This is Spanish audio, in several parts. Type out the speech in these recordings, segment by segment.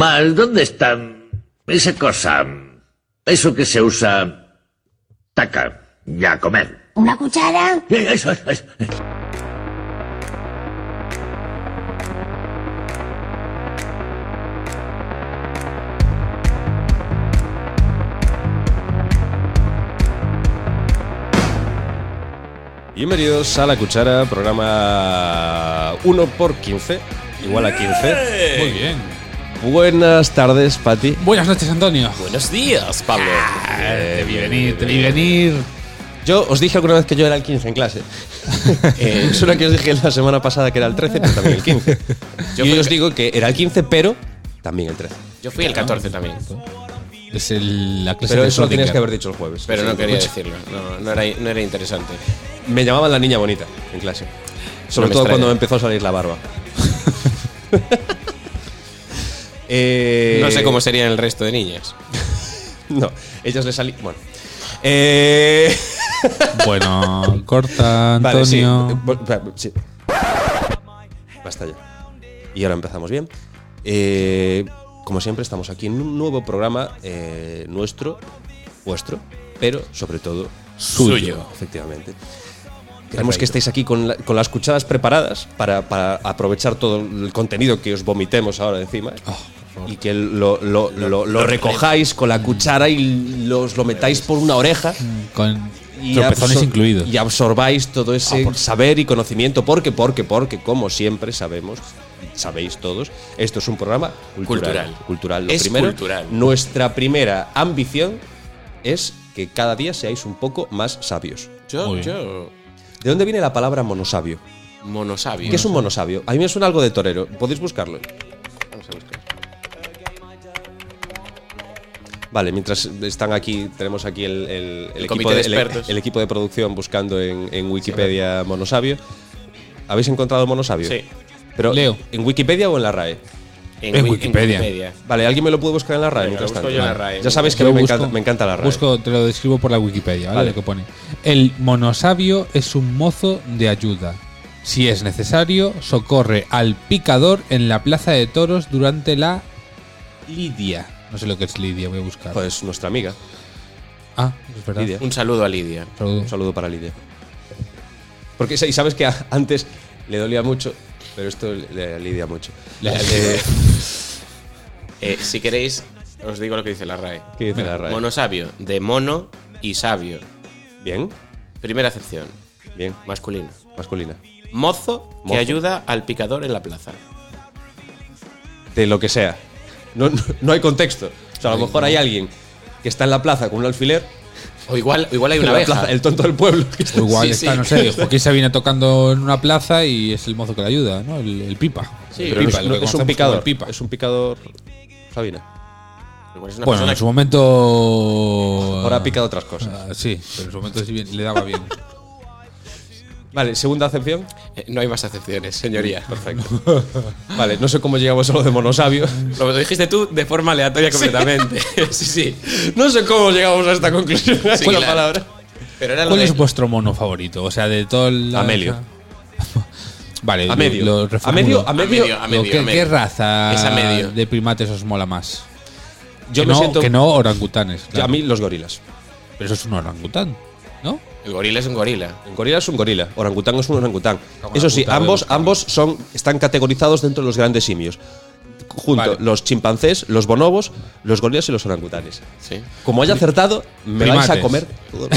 mal, ¿dónde está esa cosa? Eso que se usa... Taca, ya a comer. ¿Una cuchara? Eh, Eso, eso, eso. Bienvenidos a La Cuchara, programa 1 por 15, igual a 15. Muy bien. Buenas tardes, Pati. Buenas noches, Antonio. Eh, Buenos días, Pablo. Te vi venir, te vi venir. Yo os dije alguna vez que yo era el 15 en clase. Eh, Solo que os dije la semana pasada que era el 13, pero también el 15. Yo fui- os digo que era el 15, pero también el 13. Yo fui el 14 también, Es el- la clase Pero de eso lo tenías Schrödinger. que haber dicho el jueves. pero Sí, no quería mucho. decirlo. No, no era, no era interesante. Me llamaban la niña bonita en clase. Sobre me todo extraña. cuando me empezó a salir la barba. Eh, No sé cómo serían el resto de niñas. No, ellas le salí. Bueno. Eh, Bueno, corta, vale, sí. Antonio. Vol- va- sí. Basta ya. Y ahora empezamos bien. Eh, como siempre, estamos aquí en un nuevo programa eh, nuestro, vuestro, pero sobre todo suyo. Efectivamente. Queremos que estéis aquí con, la- con las cucharas preparadas para, para aprovechar todo el contenido que os vomitemos ahora encima y que lo, lo- lo- Ah, lo Mm. recojáis con la cuchara y los lo metáis por una oreja Con y tropezones absor- incluidos. Y absorbáis todo ese saber y conocimiento, porque, porque, porque, como siempre sabemos, sabéis todos, esto es un programa cultural. Cultural. Cultural, lo Es primero. cultural. Nuestra primera ambición es que cada día seáis un poco más sabios. Yo, Muy bien. yo, ¿De dónde viene la palabra monosabio? monosabio. ¿Qué es un monosabio? A mí me suena algo de torero. Podéis buscarlo. Vamos a buscar. Vale, mientras están aquí, tenemos aquí el, el- el equipo, comité de el- expertos. el equipo de producción buscando en, en Wikipedia monosabio. ¿Habéis encontrado monosabio? Sí. Pero, Leo. ¿En Wikipedia o en la RAE? En Wi- Wikipedia. Vale, ¿alguien me lo puede buscar en la RAE? Venga, Mientras lo busco tanto? yo en la Vale. RAE. Ya sabéis que a Yo mí me busco- encanta, me encanta la RAE. Busco, te lo describo por la Wikipedia, ¿vale? Vale. Lo que pone. El monosabio es un mozo de ayuda. Si es necesario, socorre al picador en la plaza de toros durante la lidia. No sé lo que es lidia, voy a buscar. Joder, es Pues nuestra amiga. Ah, es verdad. Lidia. Un saludo a Lidia. Saludo. Un saludo para Lidia. Porque sí, sabes que a- antes le dolía mucho, pero esto le a Lidia mucho. Le- Eh, Eh, si queréis, os digo lo que dice la RAE. ¿Qué dice la RAE? Monosabio, de mono y sabio. Bien, Primera acepción, bien, masculino. masculina. Mozo, Mozo. que ayuda al picador en la plaza. de lo que sea. No, no, no hay contexto. O sea, a lo mejor hay alguien que está en la plaza con un alfiler, O igual, o igual hay en una la abeja. plaza, el tonto del pueblo. que está- O Pues igual Sí, está, sí. no sé, Joaquín se viene tocando en una plaza y es el mozo que le ayuda, ¿no? El, el pipa. Sí, El pero pipa, es, lo es que un conocemos como picador. el pipa. Es un picador. Sabina. Igual es una Bueno, persona en su momento. Ahora ha picado otras cosas. Ah, sí, pero en su momento sí bien- le daba bien. Vale, segunda acepción. que- Eh, No hay más acepciones, señoría. Perfecto. Vale, no sé cómo llegamos a lo de monosabio. Lo dijiste tú de forma aleatoria completamente. Sí, sí. No sé cómo llegamos a esta conclusión. Sí, con la claro. palabra. Pero era lo ¿Cuál de- es vuestro mono favorito? O sea, de todo el. Amelio. Vale, A medio. Eh, lo a reformulo. medio, a medio. medio, a medio, Digo, ¿qué, a qué medio. raza Es a medio. de primates os mola más? Yo que, me no, siento. que no orangutanes. yo- a claro. mí los gorilas. Pero eso es un orangután, ¿no? El gorila es un gorila. Un gorila es un gorila, orangután es un orangután. Como Eso sí, orangután, ambos, orangután. ambos son, están categorizados dentro de los grandes simios. Junto Vale. los chimpancés, los bonobos, los gorilas y los orangutanes. Sí. Como haya acertado, me vais a Primates. comer. todo.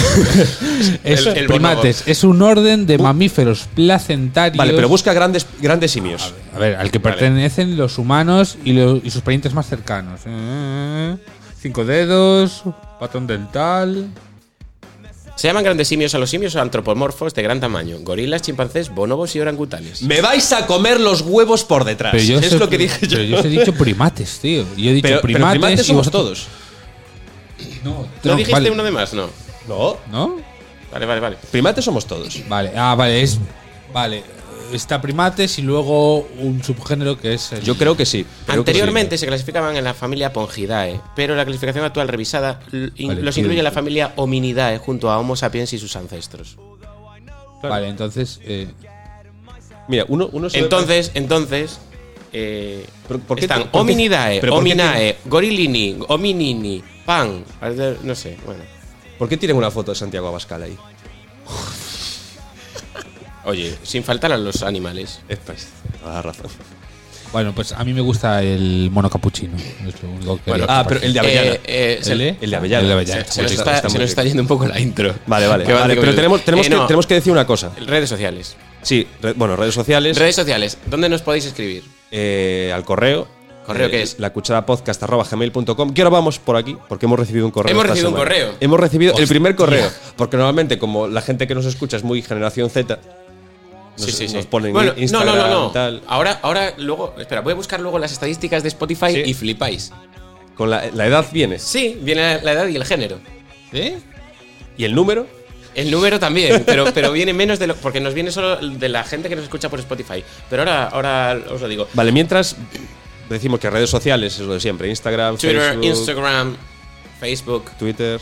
Es el primates, es un orden de mamíferos placentarios. Uh. vale, pero busca grandes, grandes simios. A ver, al que pertenecen los humanos y, lo- y sus parientes más cercanos. Eh, Cinco dedos, patón dental. Se llaman grandes simios a los simios antropomorfos de gran tamaño. Gorilas, chimpancés, bonobos y orangutanes. Me vais a comer los huevos por detrás. Pero yo Ah, es sé- lo que dije yo. Pero yo os he dicho primates, tío. Yo he dicho Pero- pero primates, y somos vosotros- todos. No, ¿No no, dijiste vale. uno de más? No. No, ¿No? Vale, vale, vale. primates somos todos. Vale, ah, vale, es. Vale, está primates y luego un subgénero que es. el- Yo creo que sí. creo que sí. Anteriormente se clasificaban en la familia Pongidae, pero la clasificación actual revisada l- in- Vale, los tío. incluye en la familia Hominidae junto a Homo sapiens y sus ancestros. Vale, entonces. eh, Mira, uno, uno se me Entonces, entonces, eh, Pero, ¿por qué están eh, te- por qué- Hominidae, pero ¿por qué Hominae, Gorilini, Hominini, Pan. No sé, bueno. ¿Por qué tienen una foto de Santiago Abascal ahí? Oye, sin faltar a los animales. Es pues, toda la razón. Bueno, pues a mí me gusta el mono capuchino. Es lo único que Bueno, quería ah, pero el de Avellana. Eh, eh, se- ¿El de? El de Avellana. El de se- Avellana. Se nos Pues está, se muy nos bien. está yendo un poco la intro. Vale, vale. Que van vale, cinco pero tenemos, minutos. tenemos, Eh, que, no, tenemos que decir una cosa. Redes sociales. Sí, re- bueno, redes sociales, Redes sociales. ¿Dónde nos podéis escribir? eh, al correo. ¿Correo eh, qué es? lacucharapodcast.gmail.com Que ahora vamos por aquí, porque hemos recibido un correo. Hemos esta recibido un semana. correo. Hemos recibido el primer correo. Porque normalmente, como la gente que nos escucha es muy generación Z, nos, sí, sí, sí. nos ponen Bueno, no, Instagram no, no, no. tal. Ahora, ahora, luego. Espera, voy a buscar luego las estadísticas de Spotify Sí. y flipáis. Con la, la edad viene. Sí, viene la, la edad y el género. ¿Eh? ¿Y el número? El número también, pero, pero viene menos de lo. Porque nos viene solo de la gente que nos escucha por Spotify. Pero ahora, ahora os lo digo. Vale, mientras decimos que redes sociales es lo de siempre: Instagram, Twitter, Facebook, Instagram, Facebook. Twitter,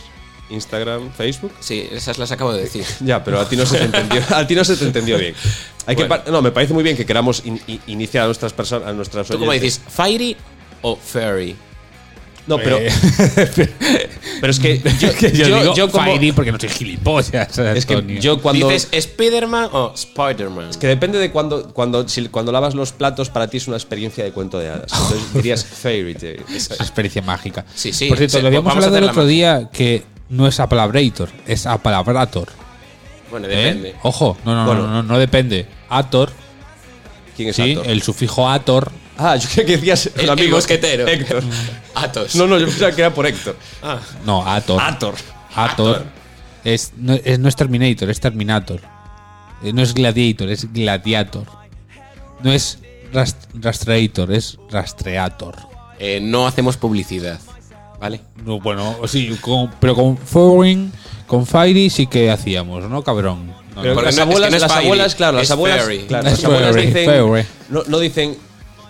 Instagram, Facebook. Sí, esas las acabo de decir. Ya, pero a ti no se te entendió, a ti no se te entendió bien. Hay que Bueno. par- no, me parece muy bien que queramos in- in- iniciar a nuestras personas, a nuestras ¿Tú cómo oyentes. dices? ¿Fiery o Fairy? No, pero Eh, pero es que yo, Que yo, yo- digo yo como- Fairy porque no soy gilipollas. es que Antonio. yo cuando ¿Dices Spider-Man o Spider-Man? que depende de cuando cuando si- cuando lavas los platos para ti es una experiencia de cuento de hadas. Entonces dirías fairy tale. Esa experiencia mágica. Sí, sí, Por cierto, sí, lo habíamos vamos a hablado el hacer la otro día que no es apalabrator, es apalabrator. Bueno, ¿eh? depende. Ojo, no, no, Bueno. no, no, no depende. Ator, ¿Quién es sí, Ator? el sufijo ator. ah, yo creía que decías eh, El- el amigo mosquetero. Héctor. Atos. No, no, yo pensaba que era por Héctor. No, ator. Ator. Ator. Es, no, es, no es Terminator, es Terminator. Eh, No es Gladiator, es Gladiator. No es rast- Rastreator, es Rastreator. Eh, no hacemos publicidad. ¿Vale? No, bueno, sí, con- pero con Foreign, con Fairy sí que hacíamos, ¿no, cabrón? No, Pero no. Porque las no- es que abuelas, no es las fairy, abuelas, claro, las es abuelas, fairy. claro, Es las abuelas fairy, fairy. dicen, no, no dicen,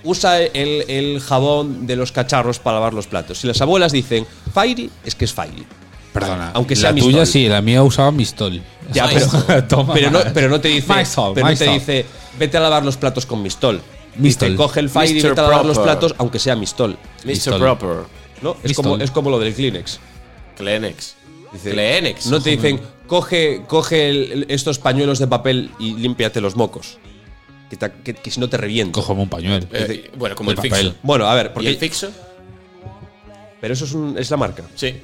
usa el, el jabón de los cacharros para lavar los platos. Si las abuelas dicen fairy, es que es fairy. Perdona, aunque aunque sea la tuya Mistol. sí, la mía usaba Mistol. Ya, Maestro. pero, Toma. pero, no, pero no te dice, Maestro, pero no te maestro. dice, vete a lavar los platos con mistol. Mistol. Dice, coge el fairy y Mr. vete a lavar los Proper. platos, aunque sea mistol. Mr. Listón. Proper. ¿no? Es, Mistol. como, es como lo del Kleenex. Kleenex. Dice, Kleenex. No te dicen, coge, coge el- el- estos pañuelos de papel y límpiate los mocos. Que, te- que- que si no te reviento. Cógeme un pañuelo. Eh, bueno, como De el fixo. papel. Bueno, a ver, ¿Y porque el fixo? Pero eso es, un- es la marca. Sí.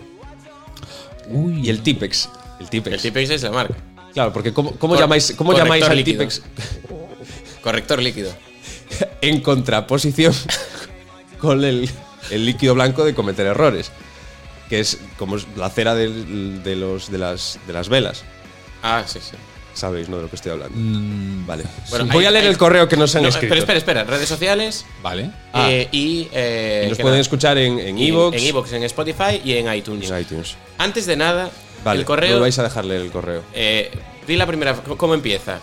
Uy. Y el Tipex. El El Tipex. Tipex es la marca. Claro, porque ¿cómo, cómo Cor- llamáis, cómo corrector llamáis al líquido. Tipex Corrector líquido. en contraposición con el, el líquido blanco de cometer errores? Que es como es la cera del- de, los, de, las, de las velas. Ah, sí, sí. Sabéis, ¿no? De lo que estoy hablando. Mm, vale. Mm. Bueno, Voy hay- a leer hay- el correo que nos han No, escrito. pero espera, espera. Redes sociales Vale. Ah. eh, y... eh, Y nos ¿qué pueden más? escuchar en, en iVoox. En iVoox, en Spotify y en y iTunes. en iTunes. Antes de nada, Vale, el correo... nos vais a dejar leer el correo. eh, di la primera... ¿Cómo empieza?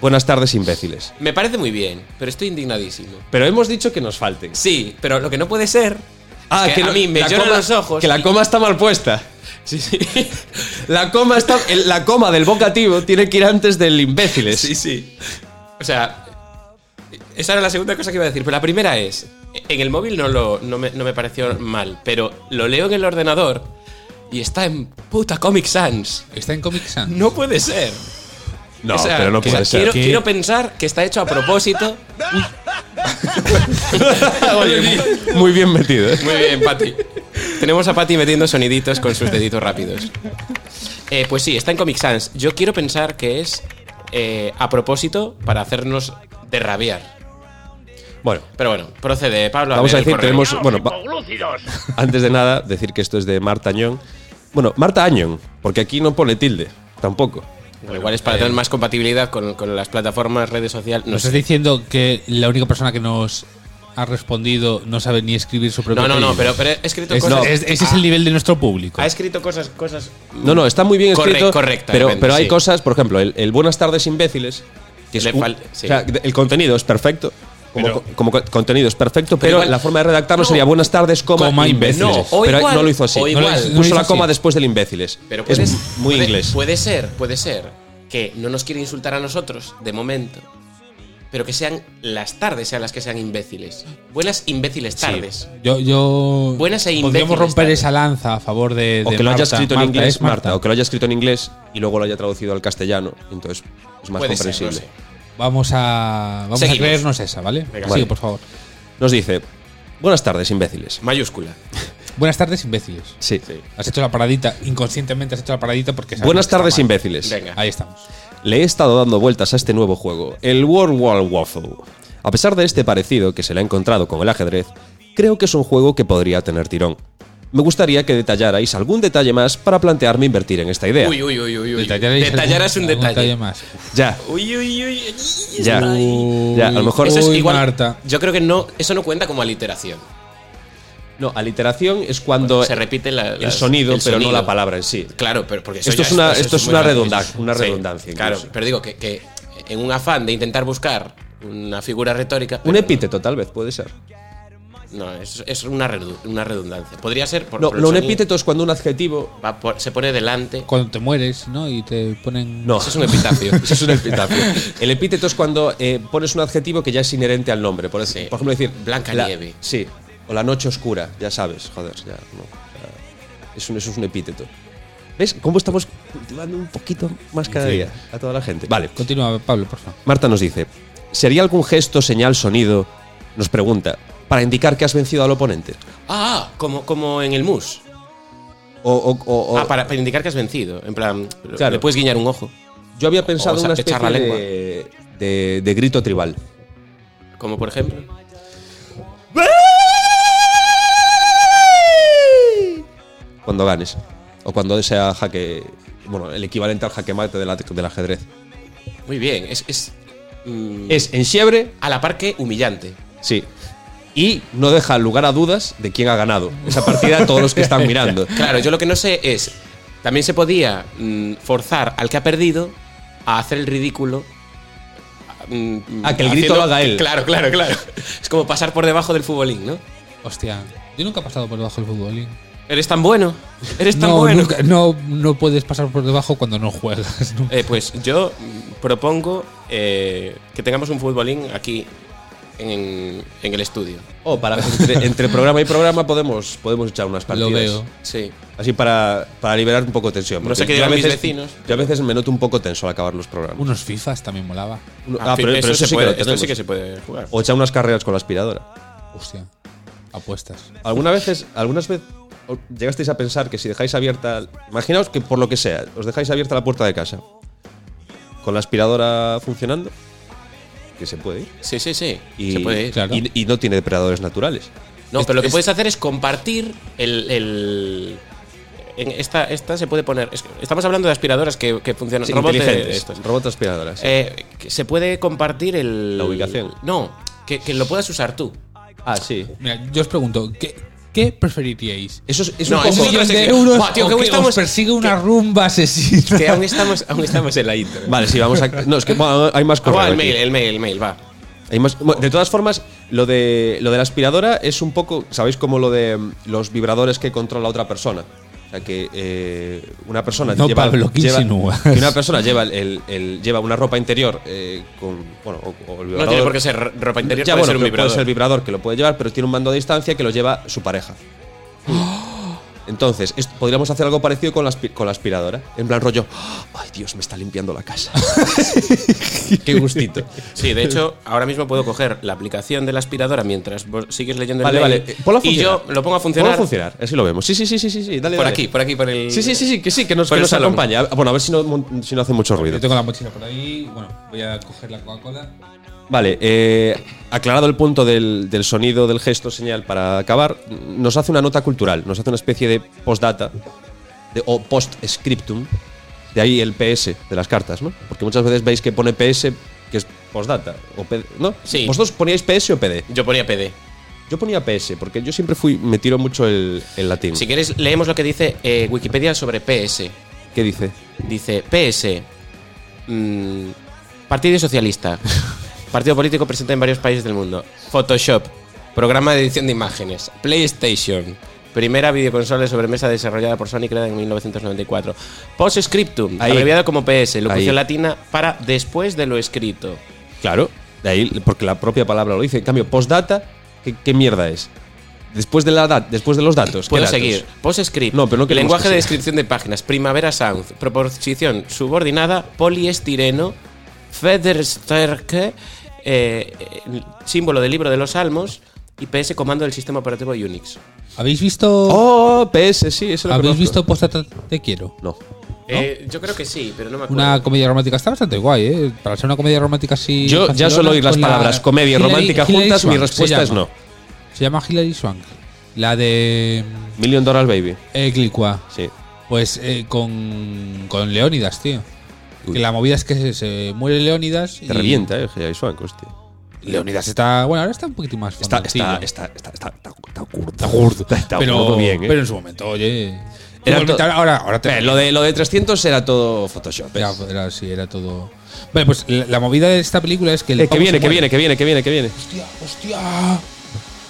Buenas tardes, imbéciles. Me parece muy bien, pero estoy indignadísimo. Pero hemos dicho que nos falten. Sí, pero lo que no puede ser. Ah, es que, que, no- a mí me la lloran coma- los ojos. Que la coma está mal puesta. Sí, sí. La coma está, el- la coma del vocativo tiene que ir antes del imbéciles. sí, sí. O sea, esa era la segunda cosa que iba a decir, pero la primera es. En el móvil no, lo, no, me, no me pareció mal, pero lo leo en el ordenador y está en puta Comic Sans. Está en Comic Sans. No puede ser. No, O sea, pero no que- puede ser. Quiero, ¿Qué? quiero pensar que está hecho a propósito. Muy bien metido. ¿eh? Muy bien, Pati. Tenemos a Pati metiendo soniditos con sus deditos rápidos. Eh, pues sí, está en Comic Sans. Yo quiero pensar que es eh, a propósito para hacernos derrabiar. Bueno, Pero bueno, procede, Pablo. Vamos ver a el decir, correo. tenemos- bueno, va- antes de nada decir que esto es de Marta Añón. Bueno, Marta Añón, porque aquí no pone tilde, tampoco. Pero igual es para tener más compatibilidad con, con las plataformas, redes sociales. No Nos estás sé. diciendo que la única persona que nos ha respondido no sabe ni escribir su propio No, no, no, apellido. pero, pero he escrito Es- cosas. es- ese es el nivel de nuestro público. Ha escrito cosas, cosas. No, no, está muy bien Corre- escrito. correcta, pero, depende, pero hay sí. cosas, por ejemplo, el, el Buenas tardes imbéciles. Que es Le un- fal- sí. o sea, el contenido es perfecto. Como, Pero- co- como co- contenido es perfecto, pero, Pero igual- la forma de redactarlo No. sería buenas tardes, coma, Coma, imbéciles. imbéciles. No, o pero igual- no lo hizo así. o igual- No lo Puso hizo la así. coma después del imbéciles. Pero es puedes- muy puede- inglés. Puede ser, puede ser que no nos quiere insultar a nosotros de momento. pero que sean las tardes sean las que sean imbéciles. Buenas imbéciles tardes. Yo, yo. Buenas e Podríamos imbéciles romper tardes. esa lanza a favor de. O de que lo haya Marta. escrito en Marta, inglés, es Marta. Marta. O que lo haya escrito en inglés y luego lo haya traducido al castellano. Entonces es más Puede ser, comprensible. no sé. Vamos a. Vamos Seguimos. a creernos esa, ¿vale? Venga, Sigue, vale. por favor. Nos dice: Buenas tardes, imbéciles. Mayúscula. Buenas tardes, imbéciles. Sí. Has hecho la paradita, inconscientemente has hecho la paradita porque sabes Buenas que está tardes, mal. imbéciles. Venga. Ahí estamos. Le he estado dando vueltas a este nuevo juego, el World War Waffle. A pesar de este parecido que se le ha encontrado con el ajedrez, creo que es un juego que podría tener tirón. Me gustaría que detallarais algún detalle más para plantearme invertir en esta idea. Uy, uy, uy, uy. uy. Detallaréis algún- Detallar es un algún detalle. más. Ya, Uy, uy, uy. ya. Ya, a lo mejor. Eso es Uy, igual. Marta. Yo creo que no. Eso no cuenta como aliteración. No, aliteración es cuando Se repite la- el las- sonido, el pero no sonido. la palabra en sí. Claro, pero porque eso Esto ya es una- esto es muy una fácil. redonda- Eso es- una redundancia, Claro, incluso. pero digo que, que en un afán de intentar buscar una figura retórica. Un pero epíteto, tal vez, puede ser. No, es, es una, redu- una redundancia. Podría ser. Por, No, por el no un sonido. epíteto es cuando un adjetivo. Va por- se pone delante. Cuando te mueres, ¿no? Y te ponen. No, Eso es un epitafio. Eso es un epitafio. El epíteto es cuando eh, pones un adjetivo que ya es inherente al nombre. Por, Sí. por ejemplo, decir. Blanca la- nieve. Sí. O la noche oscura, ya sabes. Joder, ya. no, ya. Es un- eso es un epíteto. ¿Ves cómo estamos cultivando un poquito más cada Sí. día a toda la gente? Vale. Continúa, Pablo, por favor. Marta nos dice: ¿Sería algún gesto, señal, sonido? Nos pregunta. Para indicar que has vencido al oponente. Ah, como, como en el mus. O, o- o- o- Ah, para, para indicar que has vencido. En plan, Claro. le puedes guiñar un ojo. yo había pensado o en sea, una especie echar la lengua. de- de- de grito tribal. Como por ejemplo. cuando ganes. O cuando sea jaque. Bueno, el equivalente al jaque mate del, at- del ajedrez. Muy bien. Es. es, mm, Es enchiebre, a la par que humillante. sí. Y no deja lugar a dudas de quién ha ganado esa partida a todos los que están mirando. Claro, yo lo que no sé es. También se podía mm, forzar al que ha perdido a hacer el ridículo. mm, mm, Ah, que el grito lo haga él. Claro, claro, claro. Es como pasar por debajo del futbolín, ¿no? Hostia, yo nunca he pasado por debajo del futbolín. Eres tan bueno. Eres tan No, bueno. nunca- no, no puedes pasar por debajo cuando no juegas. nunca. Eh, pues yo mm, propongo eh, que tengamos un futbolín aquí en, en el estudio. O Oh, para entre, entre programa y programa podemos, podemos echar unas partidas. Lo veo. Sí. Así para, para liberar un poco de tensión. No porque sé qué yo a dirán mis veces- vecinos. Yo a veces me noto un poco tenso al acabar los programas. Unos FIFAs también molaba. Ah, pero, pero eso sí que puede, lo esto sí tenemos. que se puede jugar. O echar unas carreras con la aspiradora. Hostia, apuestas. ¿Alguna veces, algunas veces llegasteis a pensar que si dejáis abierta, imaginaos que por lo que sea, os dejáis abierta la puerta de casa, con la aspiradora funcionando, que se puede ir, Sí, sí, sí. y, se puede. Claro. y- y no tiene depredadores naturales. No, Es- pero lo que es- puedes hacer es compartir el. el- en esta, esta se puede poner. es que estamos hablando de aspiradoras que, que funcionan. Sí, robots de inteligentes, estos. robots aspiradoras. Eh, que se puede compartir el. La ubicación. No, que, que lo puedas usar tú. ah, sí. Mira, yo os pregunto, ¿qué, qué preferiríais? Eso es, es No, un eso ¿Un es poco- otra millón de sección. euros Buah, tío, o que hoy que estamos- os persigue una rumba asesina? Que aún estamos, aún estamos en la intro. Vale, sí, vamos a. No, es que bueno, hay más Ah, correo va, el aquí. mail, el mail, el mail, va. Hay más- bueno, de todas formas, lo de, lo de la aspiradora es un poco, ¿sabéis? Como lo de mm, los vibradores que controla otra persona. O sea, que eh, una persona No, lleva, Pablo, ¿qué lleva- insinúas? que una persona lleva, el- el- el- lleva una ropa interior eh, con, bueno, o, o el No vibrador. tiene por qué ser ropa interior, Ya, puede bueno, ser un pero vibrador. puede ser el vibrador que lo puede llevar, pero tiene un mando a distancia que lo lleva su pareja. Entonces, es- podríamos hacer algo parecido con la, aspi- con la aspiradora. En plan rollo, ay Dios, me está limpiando la casa. Qué gustito. Sí, de hecho, ahora mismo puedo coger la aplicación de la aspiradora mientras vos sigues leyendo el Vale, mail. vale. eh, Ponlo a y funcionar. yo lo pongo a Ponlo funcionar a funcionar. Así lo vemos. Sí, sí, sí, sí, sí. sí. Dale, por dale. aquí, por aquí, por el. Sí, sí, sí, sí, que sí, que nos, Por que el nos salón. acompaña. Ah, Bueno, a ver si no, mon- si no hace mucho ruido. Yo tengo la mochila por ahí. Bueno, voy a coger la Coca-Cola. Vale, eh, aclarado el punto del, del sonido, del gesto, señal, para acabar, nos hace una nota cultural, nos hace una especie de postdata de, o post-scriptum, de ahí el PS de las cartas, ¿no? Porque muchas veces veis que pone PS, que es postdata, o PD, ¿no? Sí. ¿Vosotros poníais PS o PD? Yo ponía PD. Yo ponía PS, porque yo siempre fui, me tiro mucho el, el latín. Si quieres, leemos lo que dice eh, Wikipedia sobre PS. ¿Qué dice? Dice PS. mm, Partido Socialista. Partido político presente en varios países del mundo. Photoshop. Programa de edición de imágenes. PlayStation. Primera videoconsola de sobremesa desarrollada por Sony creada en 1994. Postscriptum. Ahí. Abreviado como PS. Locución Ahí. latina para después de lo escrito. Claro. De ahí, porque la propia palabra lo dice. En cambio, postdata, ¿qué, qué mierda es? Después de, la da- después de los datos. ¿qué Puedo datos? seguir. PostScript. No, pero no queremos Lenguaje que de siga. descripción de páginas. Primavera Sound. Proposición subordinada. Poliestireno. Federsterke. eh, eh, símbolo del libro de los salmos. Y PS comando del sistema operativo Unix. ¿Habéis visto. Oh, PS, sí, eso lo ¿Habéis conozco. visto Postdata Te Quiero? No. Eh, yo creo que sí, pero no me acuerdo. Una comedia romántica está bastante guay, ¿eh? Para ser una comedia romántica así. Yo ya facilona, solo oír las con la- palabras comedia y Hilary- romántica Hilary juntas, mi Swank se respuesta es llama. no. Se llama Hilary Swank. La de. Million Dollars Baby. Eh, Glicua. Sí. Pues eh, con, con Leónidas, tío. Uy. Que la movida es que se, se muere Leónidas. Te revienta, eh, Hilary Swank, hostia. Leónidas está. Bueno, ahora está un poquito más Está, fondoncillo. está, está, está, está, está, está curdo. Está gordo. Está, está pero, gordo bien, eh. pero en su momento, oye. Era Igualmente, to- ahora, ahora- ahora te. Eh, lo, de, lo de 300 era todo Photoshop. ¿eh? Ya, pues, ¿ves? era, sí, era todo. Vale, pues la, la movida de esta película es que el. Eh, que pavo viene, se que muere. viene, que viene, que viene, que viene. ¡Hostia, hostia!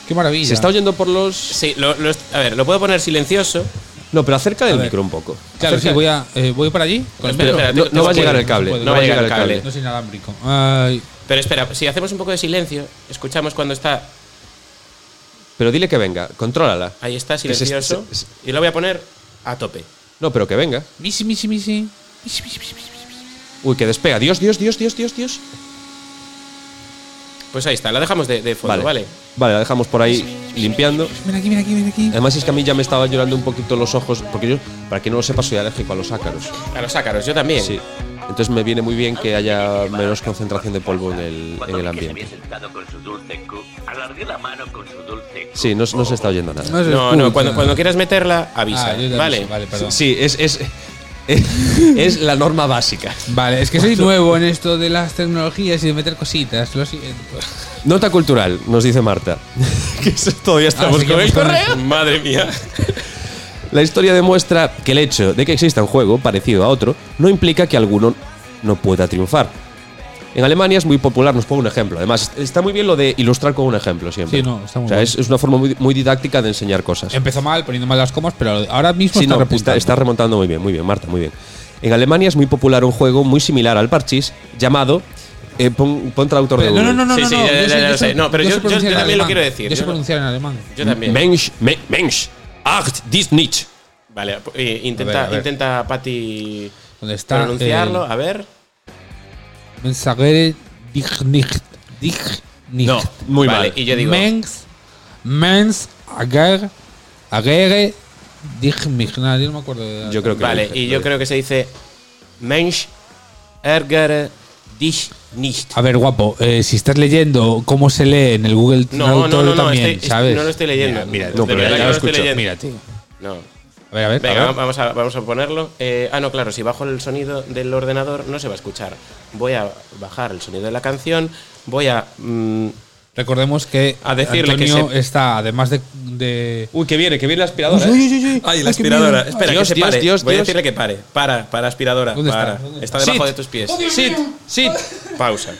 ¡Qué maravilla! Se está oyendo por los. Sí, lo- lo est- a ver, lo puedo poner silencioso. No, pero acerca del ver. micro un poco. Claro, Acerca- sí, voy, a, eh, voy para allí. Con el Espera, micro. espera, No, te- no te- va a llegar el no cable. puede, No va a llegar el cable. No es inalámbrico. Ay, Pero espera, si hacemos un poco de silencio, escuchamos cuando está. Pero dile que venga, contrólala. Ahí está, Que se- silencioso. se- se- Y lo voy a poner a tope. No, pero que venga. misi, misi, misi. Misi, misi, misi. Uy, que despega. Dios, Dios, Dios, Dios, Dios, Dios. Pues ahí está, la dejamos de, de fondo, ¿vale? Vale, la dejamos por ahí limpiando. Ven aquí, ven aquí, ven aquí. Además es que a mí ya me estaban llorando un poquito los ojos, porque yo, para que no lo sepa, soy alérgico a los ácaros. A los ácaros, yo también. Sí. Entonces me viene muy bien que haya menos concentración de polvo en el, en el ambiente. Sí, no, no se está oyendo nada. se No, no, escucha. cuando, cuando quieras meterla, avisa. Ah, yo te vale. aviso, vale, perdón. Sí, es, es, es la norma básica. Vale, es que soy nuevo en esto de las tecnologías y de meter cositas. Lo siento. Nota cultural, nos dice Marta. Ah, que eso todavía estamos sí que con el hemos correo. Madre mía. La historia demuestra que el hecho de que exista un juego parecido a otro no implica que alguno no pueda triunfar. En Alemania es muy popular, nos pongo un ejemplo. Además, está muy bien lo de ilustrar con un ejemplo siempre. Sí, no, está muy o sea, bien. es, es una forma muy, muy didáctica de enseñar cosas. Empezó mal, poniendo mal las comas, pero ahora mismo Sí, está no, repuntando. está, está remontando muy bien, muy bien, Marta, muy bien. En Alemania es muy popular un juego muy similar al Parchís llamado. eh, pon, pon traductor de Pero No, Google. no, no, no, Sí, no, sí, no, ya- yo ya sé- lo yo sé. sé- No, pero yo- yo- pronunciar yo en también lo alemán. quiero decir, Yo sé yo no- pronunciar en alemán. Yo también. Mensch, me- Mensch, acht, dies nicht. Vale, eh, intenta, A ver, a ver. intenta Patti ¿Dónde está? Eh, pronunciarlo. A ver. el Mensagere dich nicht. Dich nicht. No, muy vale, mal. y yo digo. Mens, mens, ager, agere, dich mich. Nada, yo no me acuerdo. de- Yo creo que lo vale, dije, y lo yo dije. creo que se dice Mensch ärgere dich nicht. A ver, guapo, eh, si estás leyendo cómo se lee en el Google No, no, Traductor no, no, también, estoy- ¿sabes? no lo estoy leyendo. Mira, mira, No, De pero verdad ya que lo no lo estoy escucho. leyendo. mira, tío. No. A ver, a ver. Venga, a ver. vamos a, vamos a ponerlo. Eh, ah, no, claro, si bajo el sonido del ordenador no se va a escuchar. Voy a bajar el sonido de la canción, voy a... mm, Recordemos que A decirle que Antonio se- está, además de- de Uy, que viene, que viene la aspiradora. ¿eh? Ay, la aspiradora. Espera, Dios, que se Dios, pare. Dios, Voy a Dios. decirle que pare. Para, para aspiradora. ¿Dónde para. está? ¿Dónde Está debajo Sit. de tus pies. Sit, sit. Pausa.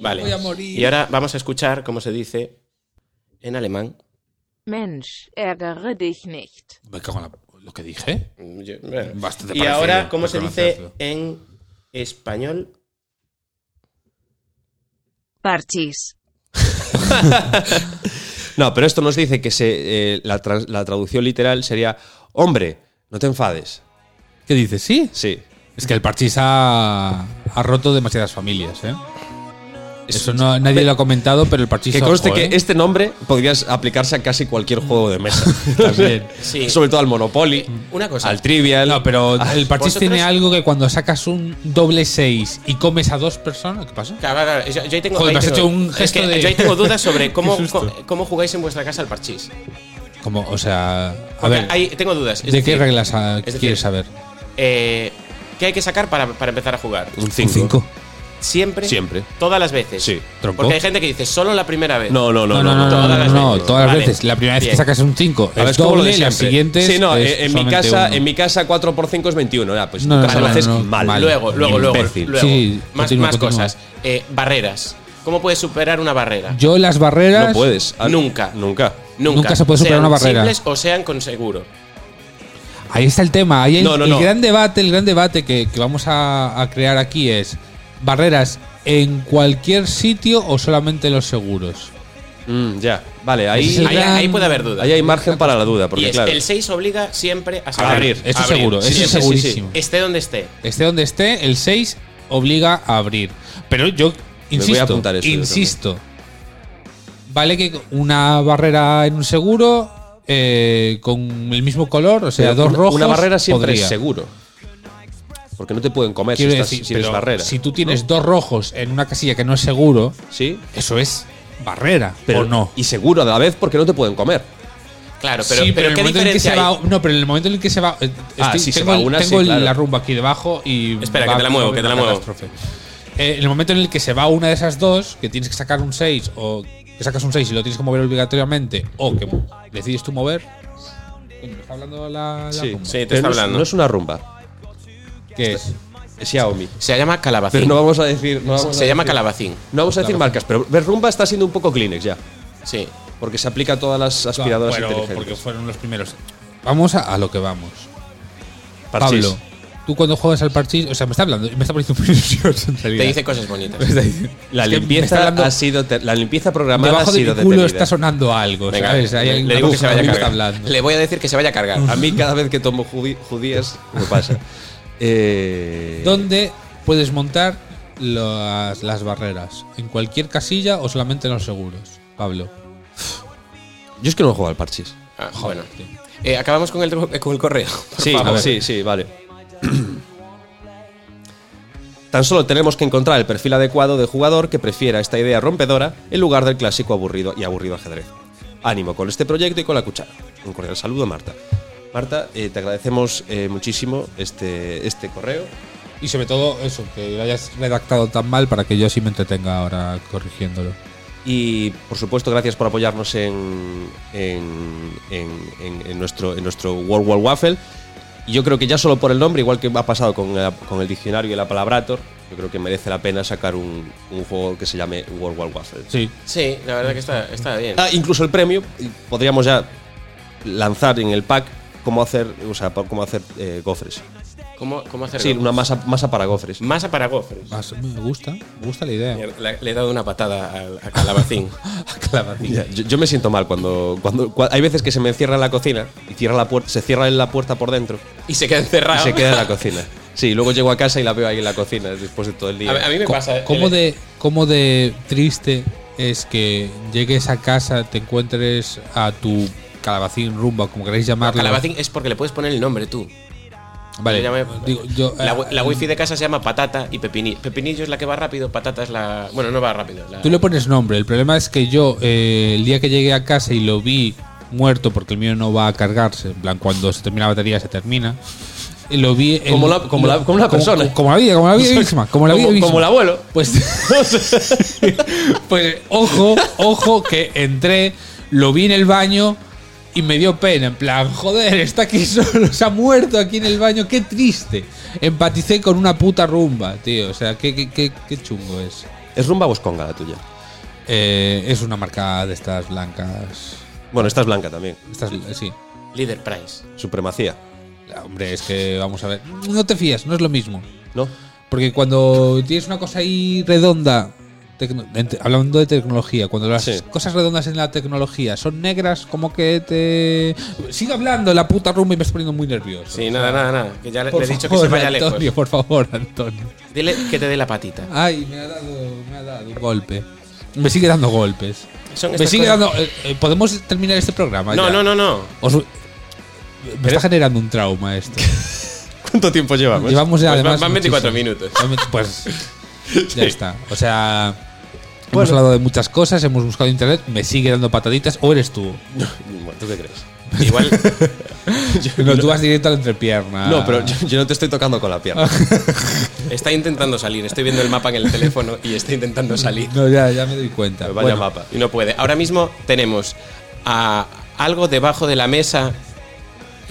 Vale. Voy a morir. Y ahora vamos a escuchar cómo se dice en alemán. Mensch, ärgere dich nicht. Me cago en la- lo que dije. Mm, yo- bueno. Bastante y parecido, ahora cómo se bastante dice parecido. en español. Parchis. No, pero esto nos dice que se, eh, la, trans- la traducción literal sería: Hombre, no te enfades. ¿Qué dices? ¿Sí? Sí. Es que el parchís ha, ha roto demasiadas familias, ¿eh? Eso no, nadie lo ha comentado, pero el parchís Que conste ojo, que ¿eh? este nombre podría aplicarse a casi cualquier juego de mesa. También. Sí. Sobre todo al Monopoly, Una cosa. al Trivial. Ah, No, pero el parchís ¿vosotros? tiene algo que cuando sacas un doble 6 y comes a dos personas, ¿qué pasa? Claro, claro, Yo, yo ahí tengo, Joder, ahí me has tengo- hecho un es gesto que de- Yo ahí tengo dudas sobre cómo, Qué susto. co- cómo jugáis en vuestra casa al parchís. Como, o sea, a Porque ver, ahí tengo dudas. Es ¿de qué decir, reglas ah, decir, quieres saber? eh, ¿Qué hay que sacar para, para empezar a jugar? un 5. Cinco. Siempre. Siempre. Todas las veces. Sí. Tronco. Porque hay gente que dice solo la primera vez. No, no, no, No, no, no, no, todas no, las no, veces. todas las Vale. veces. La primera vez Bien. que sacas un 5 A ver, es es como lo doble, de y las siempre. siguientes Sí, no, es eh, en mi solamente casa, uno. en mi casa 4 por 5 es 21. Ya, pues en No, tu no, casa no, lo haces no, no, mal. mal. Luego, luego, luego. Imbécil. luego. Sí, más continúa, más continúa. cosas. Eh, barreras. ¿Cómo puedes superar una barrera? Yo las barreras... No puedes. Ah, Nunca. Nunca. Nunca. Nunca se puede superar Sean una barrera. Simples o sean con seguro. Ahí está el tema. Ahí el- No, no, el no. gran debate, el gran debate que, que vamos a, a crear aquí es barreras en cualquier sitio o solamente en los seguros. Mm, ya, vale, Ese ahí, es el Ahí, gran- ahí puede haber dudas. ahí hay margen para la duda, y porque es- claro. el 6 obliga siempre a sacar. Abrir. Eso Abrir. seguro, Sí, eso sí, es sí, sí, sí. segurísimo. Esté donde esté. Esté donde esté, el 6 obliga a abrir. Pero yo voy a insisto, apuntar eso yo insisto. Vale que una barrera en un seguro eh, con el mismo color, o sea, Pero dos una, rojos. Una barrera siempre podría. es seguro. Porque no te pueden comer si, Quiero estás- decir, si eres pero barrera. si tú tienes dos rojos en una casilla que no es seguro, Sí, eso es barrera, pero ¿o no? Y seguro a la vez porque no te pueden comer. Claro, pero, sí, pero, pero en el ¿qué momento en el que diferencia se hay? va, no, pero en el momento en el que se va, eh, Ah, estoy- si se tengo, va el- una, sí, tengo el- claro. la rumba aquí debajo y Espera, va que te la a muevo, ocurrir que te la una muevo. catástrofe. Eh, en el momento en el que se va una de esas dos, que tienes que sacar un 6 o que sacas un 6 y lo tienes que mover obligatoriamente o que mo- decides tú mover, Coño, ¿me está hablando la, la rumba? sí. te Pero está no es- hablando. No es una rumba, ¿Qué es? es Xiaomi. Se llama calabacín. Pero no vamos a decir. No vamos se a llama decir- calabacín. No vamos a decir marcas, pero ver rumba está siendo un poco Kleenex ya. Sí. Porque se aplica a todas las aspiradoras Bueno, porque inteligentes. fueron los primeros. Vamos a, a lo que vamos. Parchís. Pablo, tú cuando juegas al parchís, o sea, me está hablando, me está poniendo muy nervioso en realidad. Te dice cosas bonitas. Me está diciendo- La es que me está limpieza hablando- ha sido te- la limpieza programada Debajo ha de sido mi culo detenida. está sonando algo, Venga, ¿sabes? Hay le, alguien le digo que se cosa vaya a me cargar. está hablando. Le voy a decir que se vaya a cargar. A mí cada vez que tomo judi- judías me pasa. Eh, ¿Dónde puedes montar las, las barreras? ¿En cualquier casilla o solamente en los seguros? Pablo. Yo es que no he jugado al parchís. Ah, bueno. Eh, acabamos con el, con el correo. por Sí, favor. favor. sí, sí, vale. Tan solo tenemos que encontrar el perfil adecuado de jugador que prefiera esta idea rompedora en lugar del clásico aburrido y aburrido ajedrez. Ánimo con este proyecto y con la cuchara. Un cordial saludo, Marta. Marta, eh, te agradecemos eh, muchísimo este, este correo. Y sobre todo eso, que lo hayas redactado tan mal para que yo así me entretenga ahora corrigiéndolo. Y por supuesto, gracias por apoyarnos en, en, en- en- en nuestro, en nuestro World War Waffle. Y yo creo que ya solo por el nombre, igual que ha pasado con, la- con el diccionario y la palabrator, yo creo que merece la pena sacar un, un juego que se llame World War Waffle. Sí. Sí, la verdad que está, está bien. Ah, incluso el premio y podríamos ya lanzar en el pack cómo hacer, o sea, pa- cómo hacer eh, gofres. ¿Cómo, cómo hacerlo? Sí, una masa, masa para gofres. Masa para gofres. Más- me gusta, me gusta la idea. Mierda, Le, le he dado una patada al a calabacín. Clavadilla. Ya, yo, yo me siento mal cuando, cuando, cua- hay veces que se me encierra en la cocina y cierra la puerta, se cierra en la puerta por dentro y se queda y encerrado. se queda en la cocina. Sí, luego llego a casa y la veo ahí en la cocina después de todo el día. A, a mí me Co- pasa. ¿eh? ¿Cómo el- de, ¿Cómo de triste es que llegues a casa, te encuentres a tu calabacín rumba, como queréis llamarlo? Calabacín es porque le puedes poner el nombre tú. Vale, Yo ya me- digo, yo, la, eh, wi- la wifi de casa se llama patata y pepinillo. Pepinillo es la que va rápido, patata es la. Bueno, no va rápido. la- Tú le pones nombre. El problema es que yo, eh, el día que llegué a casa y lo vi muerto, porque el mío no va a cargarse, en plan, cuando se termina la batería, se termina. y Lo vi en- Como la- como la- como la persona. Como, la vida, como la vida misma. Como la vida Como- misma. como el abuelo. Pues, pues, ojo, ojo, que entré, lo vi en el baño y me dio pena. En plan, joder, está aquí solo, se ha muerto aquí en el baño, qué triste. Empaticé con una puta rumba, tío. O sea, qué, qué, qué, qué chungo es. ¿Es rumba o es conga la tuya? Eh, es una marca de estas blancas. Bueno, esta es blanca también. Estas, sí. Leader Price. Supremacía. Hombre, es que vamos a ver. No te fías, no es lo mismo. ¿No? Porque cuando tienes una cosa ahí redonda, tecno- ent- hablando de tecnología, cuando las Sí. cosas redondas en la tecnología son negras, como que te. Sigue hablando la puta rumba y me está poniendo muy nervioso. Sí, nada, nada, nada. Que ya le, Por le he dicho que favor, se vaya Antonio, Ah, lejos. por favor, Antonio. Dile que te dé la patita. Ay, me ha dado, me ha dado un golpe. Me sigue dando golpes. Son Me estas sigue cosas- dando. eh, eh, ¿Podemos terminar este programa? No, ya? no, no, no. Os- me está generando un trauma esto. ¿Cuánto tiempo llevamos? Llevamos ya Pues además. van 24 muchísimo. minutos. Pues ya está. O sea, hemos hablado de muchas cosas, hemos buscado en internet, me sigue dando pataditas, o eres tú. Bueno, ¿tú qué crees? Pues Igual. No, tú vas directo a la entrepierna. No, pero yo, yo no te estoy tocando con la pierna. Está intentando salir. Estoy viendo el mapa en el teléfono y está intentando salir. No, ya, ya me doy cuenta. Vaya Bueno, mapa. Y no puede. Ahora mismo tenemos a algo debajo de la mesa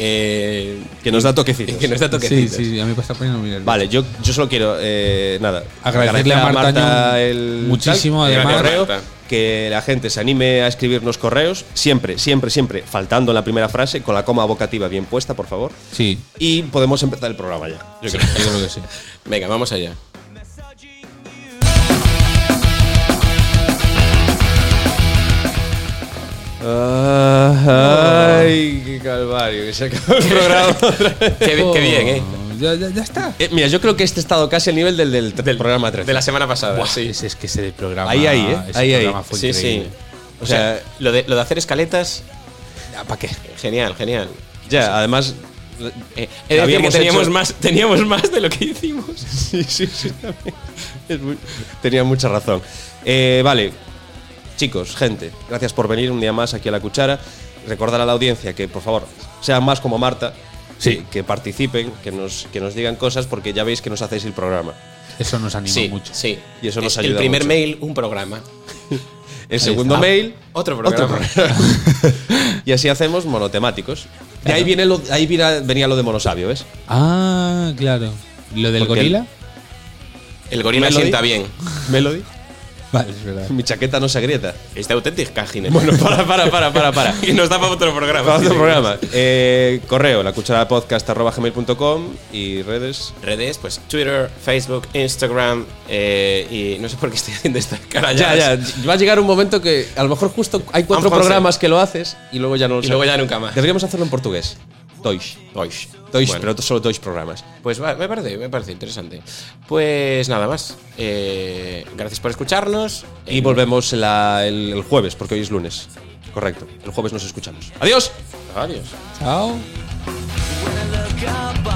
eh, Que nos da toquecitos. que nos da sí, toquecitos. sí, a mí me está poniendo muy nervioso. Vale, yo, yo solo quiero, eh, nada, Agradecerle a Marta Ñón el muchísimo, el además. correo, Marta. que la gente se anime a escribirnos correos, siempre, siempre, siempre, faltando en la primera frase, con la coma vocativa bien puesta, por favor. Sí, Y podemos empezar el programa ya. Yo creo. yo creo que sí. Venga, vamos allá. Ay, qué calvario, que se acabó el programa. Qué, bi- qué bien, Oh. ¿eh? Ya, ya- ya está. Eh, Mira, yo creo que este ha estado casi al nivel del, del, Del programa 13. De la semana pasada, Buah, sí. ese es que ese programa. Ahí, ahí, ¿eh? ese Ahí, ahí. programa fue Sí, increíble. sí. O sea, lo de, lo de hacer escaletas, ¿Para qué? genial, genial. Ya, además. Eh, he de decir que Habíamos teníamos, hecho- más, teníamos más de lo que hicimos. Sí, sí, sí. también. Es muy- tenía mucha razón. Eh, vale. Chicos, gente, gracias por venir un día más aquí a La Cuchara. Recordar a la audiencia que, por favor, sean más como Marta. Sí. Que, que participen, que nos, que nos digan cosas, porque ya veis que nos hacéis el programa. Eso nos anima Sí, mucho. sí. Y eso nos Es El ayuda primer mucho. mail, un programa. El segundo está. mail, Otro programa. programa. y así hacemos monotemáticos. De ahí, viene lo, ahí vira- venía lo de Monosabio, ¿ves? Ah, claro. ¿Lo del Porque- gorila? El gorila Melody. sienta bien. Melody. Vale, Pues es verdad. Mi chaqueta no se agrieta. Es de auténtica cajina. Bueno, para, para, para, para, para. Este y nos da para otro programa. Para otro programa. Eh, correo, la cuchara y redes. Redes, pues Twitter, Facebook, Instagram eh, y no sé por qué estoy haciendo esta cara Ya, ya. ya, va a llegar un momento que a lo mejor justo hay cuatro Vamos, José. programas que lo haces y luego ya no lo Y luego sabes. ya nunca más. Deberíamos hacerlo en portugués. Deutsch. Oish. Deutsch, Bueno, pero solo Deutsch programas. pues va, me parece, me parece interesante. Pues nada más. Eh, gracias por escucharnos. Y Eh, volvemos la- el, el jueves, porque hoy es lunes. Correcto. El jueves nos escuchamos. Adiós. Adiós. Chao. When I look up,